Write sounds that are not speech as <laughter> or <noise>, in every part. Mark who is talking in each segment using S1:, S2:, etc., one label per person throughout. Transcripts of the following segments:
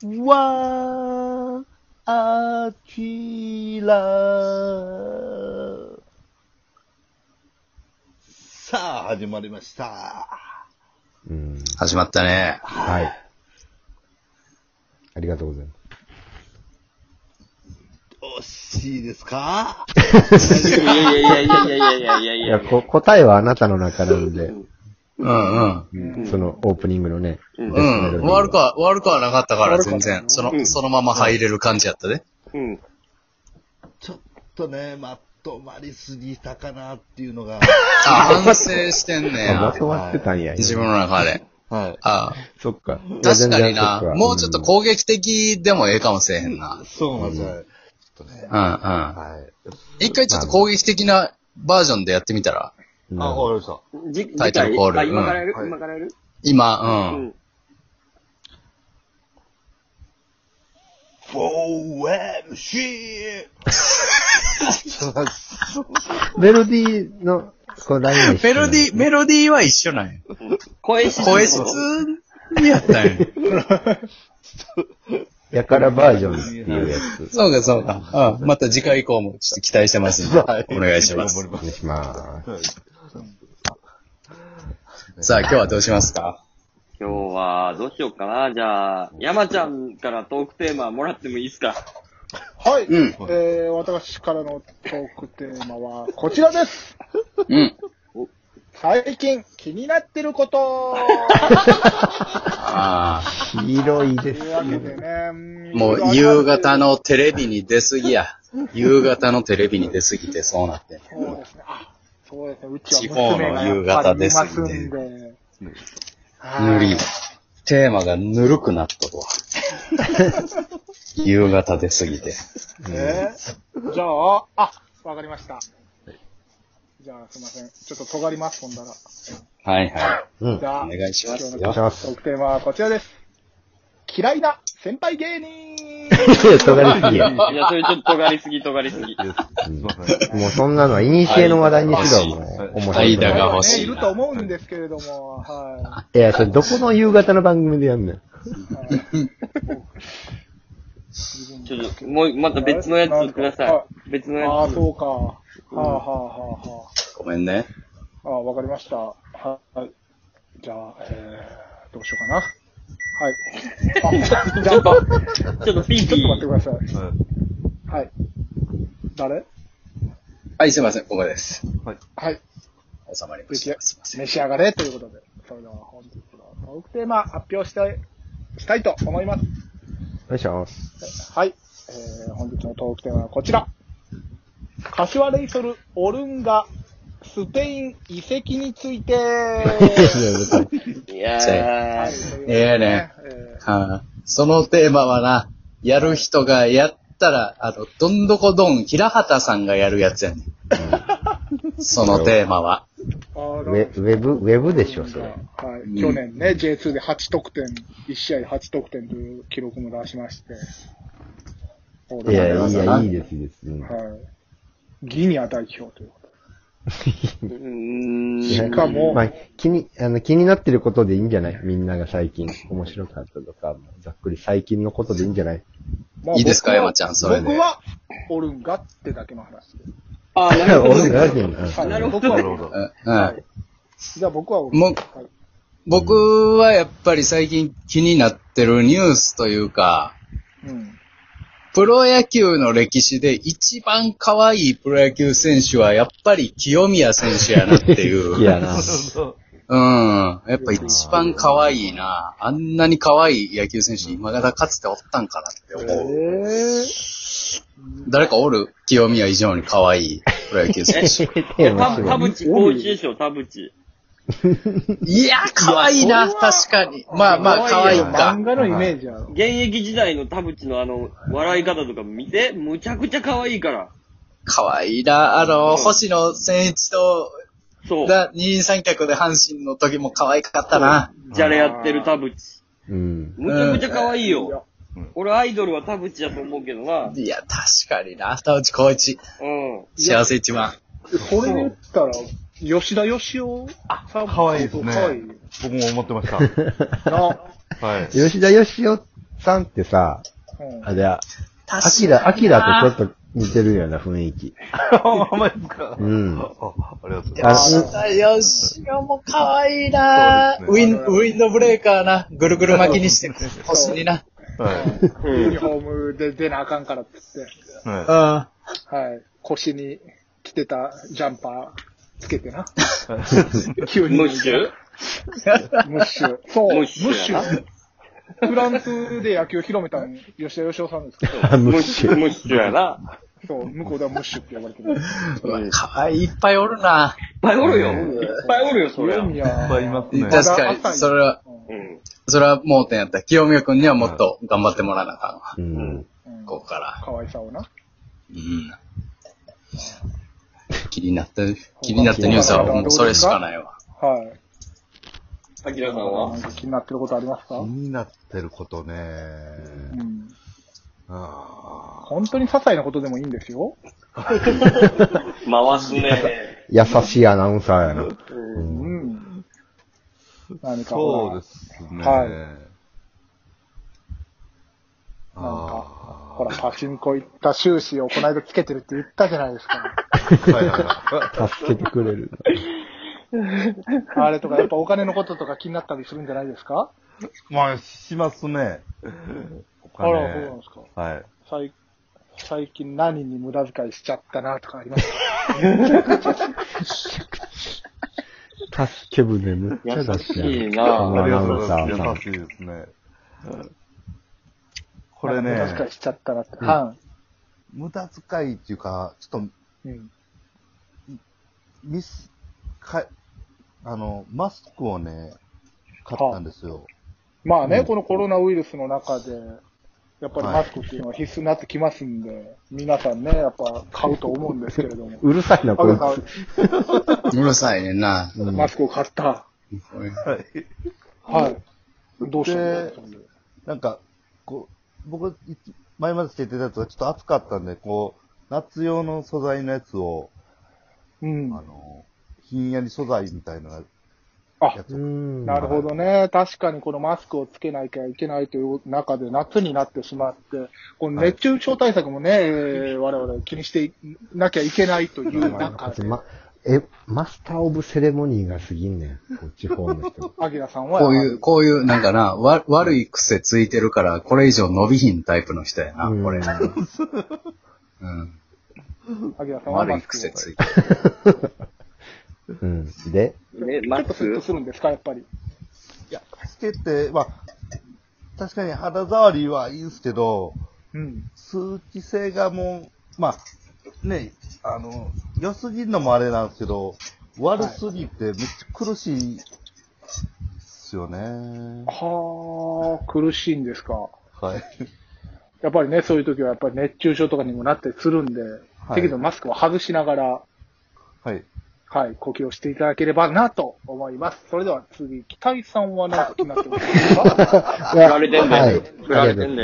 S1: 4MC は、あきら。さあ、始まりました。
S2: うん。
S3: 始まったね。
S2: はい。ありがとうございま
S1: 惜しいですか
S4: いやいやいやいやいやいやいやい
S2: す。
S4: や
S2: いや、こ答えはあなたの中なんで、
S3: うんうん。
S2: そのオープニングのね。
S4: うん
S3: うん。悪くは、悪くはなかったから、
S4: 悪くは
S3: 全然。そうの、
S4: ん
S3: そのまま入れる感じやったで。
S4: うん。
S1: ちょっとね、まとまりすぎたかなっていうのが。
S3: <laughs> あ、反省してんね
S2: あ、ま
S3: や。
S2: とまってたんや。
S3: 自分の中で。
S1: <laughs> はい。
S3: あ
S2: そっか。いや
S3: 確かにな。もうちょっと、
S2: 全然そか
S3: 攻撃的でもええかもしれへんな。
S1: そうなんですよ。ちょっとね。
S3: うんうん。
S1: はい。
S3: 一回ちょっと攻撃的なバージョンでやってみたら。
S2: うん
S1: あ、わかりました。
S4: じ
S3: タイトルコール
S4: あ、今からやる
S1: うん
S4: 今からやる
S3: 今、
S4: う
S3: うん。
S4: ん。
S1: 4MC! <laughs>
S2: メロディーの、こう、ライン
S3: メロデ
S2: ィ
S3: ィー、メロディーは一緒なんや。
S4: 声質。
S3: 声質にやったんや。
S2: やからバージョンっていうやつ。
S3: <laughs> そうかそうか。うん。また次回以降もちょっと期待してますんで。お願いします。
S2: お願いします。
S3: さあ、今日はどうしますか
S4: 今日は、どうしようかな。じゃあ、山ちゃんからトークテーマもらってもいいですか
S5: はい。
S3: うん
S5: えー、私からのトークテーマはこちらです。
S3: うん。
S5: 最近気になってること
S3: ああ。
S2: 広いで
S5: と
S2: す
S5: いう
S2: よ
S5: わけでね。ん
S3: もう夕方。のテレビに出すぎや。夕方のテレビに出すぎてそうなって。
S5: そうですね。あそうですね。うち
S3: 地
S5: は娘が
S3: 方の夕
S5: やっ
S3: 方
S5: ぱり
S3: で
S5: い
S3: す
S5: ま
S3: んです
S5: んで。
S3: ぬ
S5: はい
S3: り。テーマがぬるくなったとは。夕方出すぎて。
S5: えーじゃあ、あ、わかりました。じゃあ、すいません。ちょっと尖ります、ほんだら。
S3: はいは
S2: うん
S5: じ。ゃあ、
S3: い。お願いしま
S5: 今
S3: す
S5: 日
S2: お願い
S3: よ
S2: し。ます。
S5: トークテーマはこちらです。嫌いな先輩芸人
S2: いや、尖りすぎや。
S4: いや、それちょっと尖りすぎ、尖りすぎ。
S2: もうそんなのは、イニシエの話題にしろ、もう。面白い。
S3: 間が欲しい
S5: ね、いると思うんですけれども、はい
S2: や、それどこの夕方の番組でやんねん。
S5: い。はい
S4: ちょっと、もう、また別のやつくださ。
S5: はい
S4: 別の
S5: あ
S4: や
S5: あ、そうか。はあ、はあ、はあ、は
S3: ごめんね。
S5: あ。ああ、わかりました。はい。じゃあ、えー、どうしようかな。はい。あ、じゃあ、ちょっと待
S4: つ。ちょっとピーピ
S5: って
S4: ー。
S5: ください。はい。誰
S3: はい、すいません。ここです。
S5: はい。
S3: 収まりました。すいません。
S5: 召し上がれということで。それでは本日のトークテーマ発表したい、したいと思います。
S2: よいしょ。
S5: はい。えー、本日のトークテーマはこちら。柏レイソル・オルンガ、スペイン移籍に
S2: <laughs>
S5: ついて。
S4: いやー。
S3: ええね
S5: え
S3: はあ、そのテーマはな、やる人がやったら、あの、どんどこどん、平畑さんがやるやつやねん。そのテーマは。
S5: ー。あ
S2: ウ
S5: ー
S2: ェウェブ、ウェブでしょ、それ。
S5: はい。去年ね、J2 で8得点、1試合8得点という記録も出しまして。オ
S2: い
S5: ル
S2: や、
S5: ンガ
S2: いいや、いい
S5: で
S2: です、いいです。うん
S5: す。はい。ギニア代表ということで。
S4: うーん。
S5: しかも
S2: まあ、気に、あの、気になってることでいいんじゃないみんなが最近面白かったとか、ざっくり最近のことでいいんじゃない
S5: まあ
S3: いいですか
S5: 僕は
S3: 山ちゃんそれで
S5: 僕は、オルンガってだけの話です。
S4: あー、なるほ
S2: 俺
S4: ど。
S2: が言うの
S5: はい
S4: なるほ
S5: 僕は
S1: る
S4: ど。
S1: ほど。
S3: うんうん
S5: はいじゃあ僕はオルンガ。
S3: もう
S5: はい
S3: 僕はやっぱり最近気になってるニュースというか、
S5: うん。
S3: プロ野球の歴史で一番可愛いプロ野球選手はやっぱり清宮選手やなって <laughs> いう。
S2: 好きやな。
S3: うん。やっぱ一番可愛いな。あんなに可愛い野球選手、今だかつておったんかなって思う。誰かおる清宮以上に可愛いプロ野球選手。 <laughs>
S2: テーマ
S4: 田
S2: す
S4: 田
S2: ごい。
S4: 淵浩一でしょ、田淵。
S3: いや、可愛いな、確かに。まあまあ、可愛い
S5: 漫
S3: か。
S5: 画のイメージやろ。
S4: 現役時代の田淵のあの、笑い方とか見て、むちゃくちゃ可愛いから。
S3: 可愛いな。あの、星野千一と、
S4: そう。
S3: が二人三脚で阪神の時も可愛かったな。
S4: じゃれ合ってる田淵。
S2: うん。
S4: むちゃくちゃ可愛い
S5: いや
S4: よ。俺アイドルは田淵やと思うけどな。
S3: いや、確かにな。田内浩一。
S4: うん。
S3: 幸せ一番。
S5: これで言ったら、吉田義雄さん
S6: かわいいですね
S5: かわいい。
S6: 僕も思ってました。
S5: な、
S6: はい。 <laughs>
S2: 吉田義雄さんってさ、
S5: うん
S2: あれや、アキラ、アキラとちょっと似てるような雰囲気。
S6: あ、まですか。
S2: うん
S6: あ、ありがとうござい
S2: あ
S6: ま
S2: の
S6: す。
S3: よしよも可愛いな、
S6: そう
S3: ウ
S6: です
S3: ィン、ウィンドブレーカーな。ぐるぐる巻きにして、腰にな。
S6: はい。
S5: ユニフォームで出なあかんからって言って、
S6: は
S2: あ
S5: はい。腰に着てたジャンパーつけてな。急に。
S4: ムッシュ
S5: ムッシュ。そう、ム
S4: ム
S5: ッ
S4: ッ
S5: シ
S4: シュ
S5: ュ。
S4: やな
S5: フランスで野球を広めたん吉田義雄さんですけど、
S2: あ、む
S4: ムッ
S2: し
S4: シュ、ムッシュやな。
S5: そう、向こうではムッシュって呼ばれてる。
S3: うわ可愛いいっぱいおるな。
S4: いっぱいおるよ。いっぱいおるよ、そりゃ。うん。
S5: いや、いっ
S6: ぱいいますね
S3: 確かに、それは、それは盲点やった。清宮君にはもっと頑張ってもらわなあかんわ。
S2: うん。
S3: ここから。
S5: 可愛さをな。
S3: うん。気になった、気になったニュースはもうそれしかないわ。
S5: はい。
S4: アキラさん
S5: なん
S4: は
S5: か気になってることありますか
S6: い。気
S5: う
S6: になってることね。
S5: ん。
S6: あ
S5: 本当に些細なことでもいいんですよ。
S4: 回すね。
S2: 優しいアナウンサーやな。う
S5: うんん。
S6: ー
S5: 何かほ
S6: そう
S5: ら
S6: で、すね。
S5: はい
S6: あ
S5: ほら、パチンコ行った収支をこの間つけてるって言ったじゃないで
S6: <laughs>
S5: すか。
S6: ーはいはいは
S2: 助けてくれる。
S5: あれとか、やっぱお金のこととか気になったりするんじゃないですか
S6: い。まあ、しますね。お
S5: あら、そうなん
S6: 金
S5: ですか。
S6: はい。
S5: 最最近何に無駄遣いしちゃったなとかありますか
S2: 助け舟むっちゃ出してや
S4: 優しい
S2: る。
S4: な
S2: この
S6: あ
S2: ア
S6: り
S2: ナ
S6: がとうございま
S2: ウンサーさん
S6: す。。優しいですね。これ
S5: 無駄
S6: ね
S5: 遣、いしちゃったなって。は
S6: 無駄遣いっていうか、ちょっと
S5: い。うん。
S6: ミス、か、あの、マスクをね、買ったんですよ。
S5: まあね、
S6: うん
S5: このコロナウイルスの中で、やっぱりマスクっていうのは必須になってきますんで、皆さんね、やっぱ買うと思うんですけれど
S6: <laughs>
S5: も。
S2: うるさいな、
S5: あ
S2: こい
S5: さ
S2: つ。
S3: <laughs>
S5: ん、
S3: うるさいねんな。
S2: うん
S5: マスクを買った。
S6: はい。
S5: はい。どうしたの
S6: なんか、こう、僕、いつ前まで着けてたやつがちょっと暑かったんで、こう、夏用の素材のやつを、
S5: うん。
S6: あの、ひんやり素材みたいな
S5: あ
S6: やつ
S2: う
S6: を。
S2: ん
S5: なるほどね。確かにこのマスクをつけなきゃいけないという中で夏になってしまって、この熱中症対策もね、えー我々気にしていなきゃいけないという中で、
S2: ま、え、マスターオブセレモニーが過ぎんねん。こっち方の
S5: <laughs>
S2: 人。
S5: アキラさんは、
S3: こういう、こういう、なんかな、わ、悪い癖ついてるから、これ以上伸びひんタイプの人や
S2: <laughs>
S3: な、これ。
S2: うん
S3: うん。
S5: アキラさんは
S3: 悪
S5: マ
S3: い
S5: スクを
S3: 癖
S5: ち
S3: ついてる。
S2: うん。で、
S4: ね、マ
S5: ょっ
S4: ッ
S5: とスッ
S4: ク
S5: とするんですか、やっぱり。
S6: いや、つけて、まあ、確かに肌触りはいいんですけど、
S5: うん。
S6: 通気性がもう、まあ、ね、あの、良すぎるのもあれなんですけど、悪すぎてめっちゃ苦しいっすよね。
S5: はあ、苦しいんですか。
S6: はい。
S5: やっぱりね、そういう時はやっぱり熱中症とかにもなったりするんで、
S6: い
S5: 適度にマスクを外しながら、 <laughs>
S6: はい。
S5: はい、呼吸をしていただければなと思います。それでは次、北井さんは何か気になってますか
S2: 振
S4: 振られてん
S2: はい
S4: で。。振られてんで。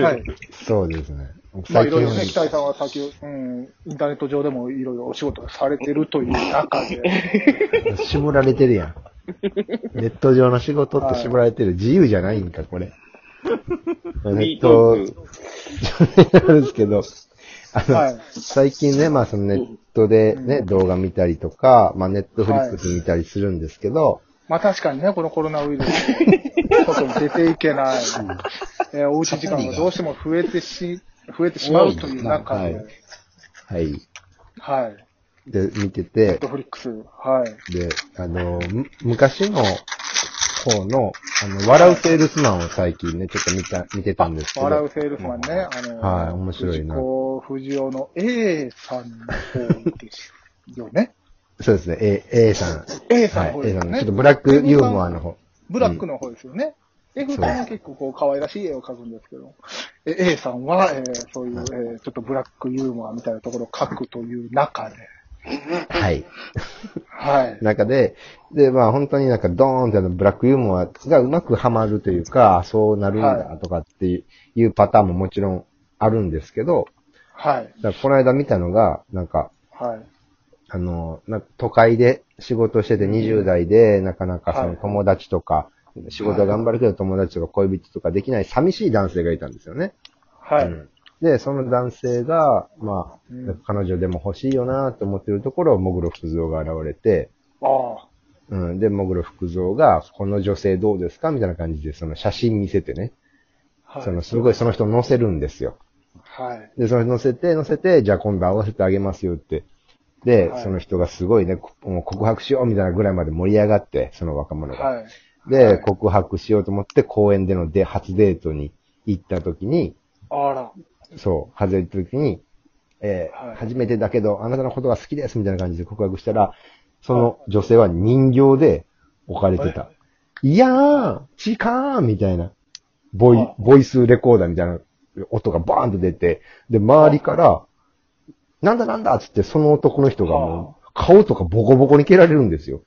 S5: はい。
S2: そうですね。
S5: <laughs> まあいろいろね、北井さんは先ほど、うん、インターネット上でもいろいろお仕事されてるという中で、
S2: <laughs> 絞られてる
S5: <laughs>
S2: やん。ネット上の仕事って絞られてる。自由じゃないんか、こ
S5: <laughs>
S2: れ。ネ
S4: ビ
S2: ッ
S4: ート
S2: ト
S4: ーク。
S2: なんですけど、 <laughs> あの、
S5: はい
S2: 最近ね、まあそのネットでね、動画見たりとか、まあネットフリックス見たりするんですけど、
S5: まあ確かにね、このコロナウイルス、外に出ていけない、えーおうち時間がどうしても増えてし、増えてしまうという中で、
S2: はいはい。
S5: はい。
S2: で、見て
S5: ネッ
S2: て
S5: ト、フリックス、はい。
S2: で、あの、む昔の方の、あの、笑うセールスマンを最近ね、ちょっと見た、見てたんですけど、
S5: 笑うセールスマンね、あの、
S2: はい面白いな
S5: 藤子不二雄の A さんの方ですよね。
S2: そうですね、A, A さん。
S5: A さんの方
S2: は
S5: で
S2: い、
S5: す
S2: A
S5: よ
S2: さんの、
S5: ね。
S2: ちょっとブラックユーモアの方。
S5: ブラックの方ですよね。F さんは結構こう可愛らしい絵を描くんですけど、え A さんは、えーそういう、えーちょっとブラックユーモアみたいなところを描くという中で、
S2: はい。
S5: はい。
S2: 中で、で、まあ本当になんかドーンってあのブラックユーモアがうまくはまるというか、あそうなるんだとかっていう,、パターンももちろんあるんですけど、
S5: はい。
S2: だからこの間見たのが、なんか、
S5: はい。
S2: あの、な都会で仕事してて20代で、なかなかそ
S5: は
S2: の
S5: い
S2: 友達とか、仕事は頑張るけど友達とか恋人とかできない寂しい男性がいたんですよね。
S5: はい。
S2: うんで、その男性が、まあ、
S5: うん
S2: 彼女でも欲しいよなと思ってるところ、もぐろ福蔵が現れて、
S5: ああ。
S2: うん、で、もぐろ福蔵が、この女性どうですかみたいな感じで、その写真見せてね、
S5: はい。
S2: そのすごいその人を乗せるんですよ。
S5: はい。
S2: で、その人乗せて、乗せて、じゃあ今度合わせてあげますよって。で、
S5: はい
S2: その人がすごいね、こもう告白しようみたいなぐらいまで盛り上がって、その若者が。
S5: はい。
S2: で、
S5: はい
S2: 告白しようと思って公園でので初デートに行った時に、
S5: あら。
S2: そう、外れた時に、えー
S5: はい
S2: 初めてだけど、あなたのことが好きですみたいな感じで告白したら、その女性は人形で置かれてた。、
S5: はい
S2: やー、チカーンみたいな、ボイ
S5: はい、
S2: ボイスレコーダーみたいな音がバーンと出て、で、周りから、なんだなんだっつって、その男の人がもう、顔とかボコボコに蹴られるんですよ。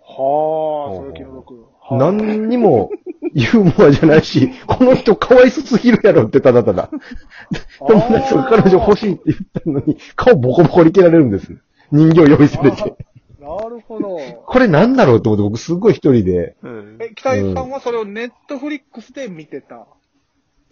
S5: はあ、そういう気の毒。はい
S2: 何にもユーモアじゃないし、この人かわいそすぎるやろって、ただただ。友達が彼女欲しいって言ったのに、顔ボコボコに蹴られるんです。人形用意されて。
S5: あーなるほど。
S2: これなんだろうと思って、僕すごい一人で。
S5: え、北井さんはそれをネットフリックスで見てた。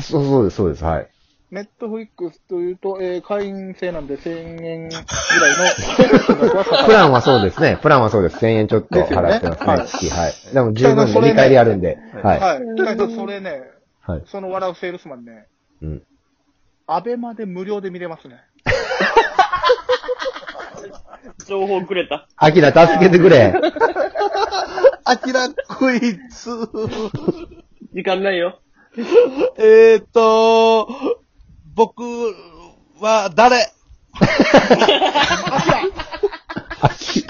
S2: そうそうです、そうです、はい。
S5: ネットフリックスというと、えー会員制なんで1000円ぐらいの
S2: <laughs>
S5: 金額はかか
S2: プ
S5: る。
S2: ランはそうです <laughs> ね。プランはそうです。1000円ちょっと払ってますね、月。はい。でも十分理解であるんで。は
S5: はい。北井さん、それね、
S2: い。はい。
S5: その笑うセールスマンね、
S2: うん。
S5: アベマで無料で見れますね。
S4: 情報くれた。
S2: アキラ助けてくれ。
S6: アキラクイズ。
S4: 時間ないよ。
S6: えーっと、僕は誰
S2: アキ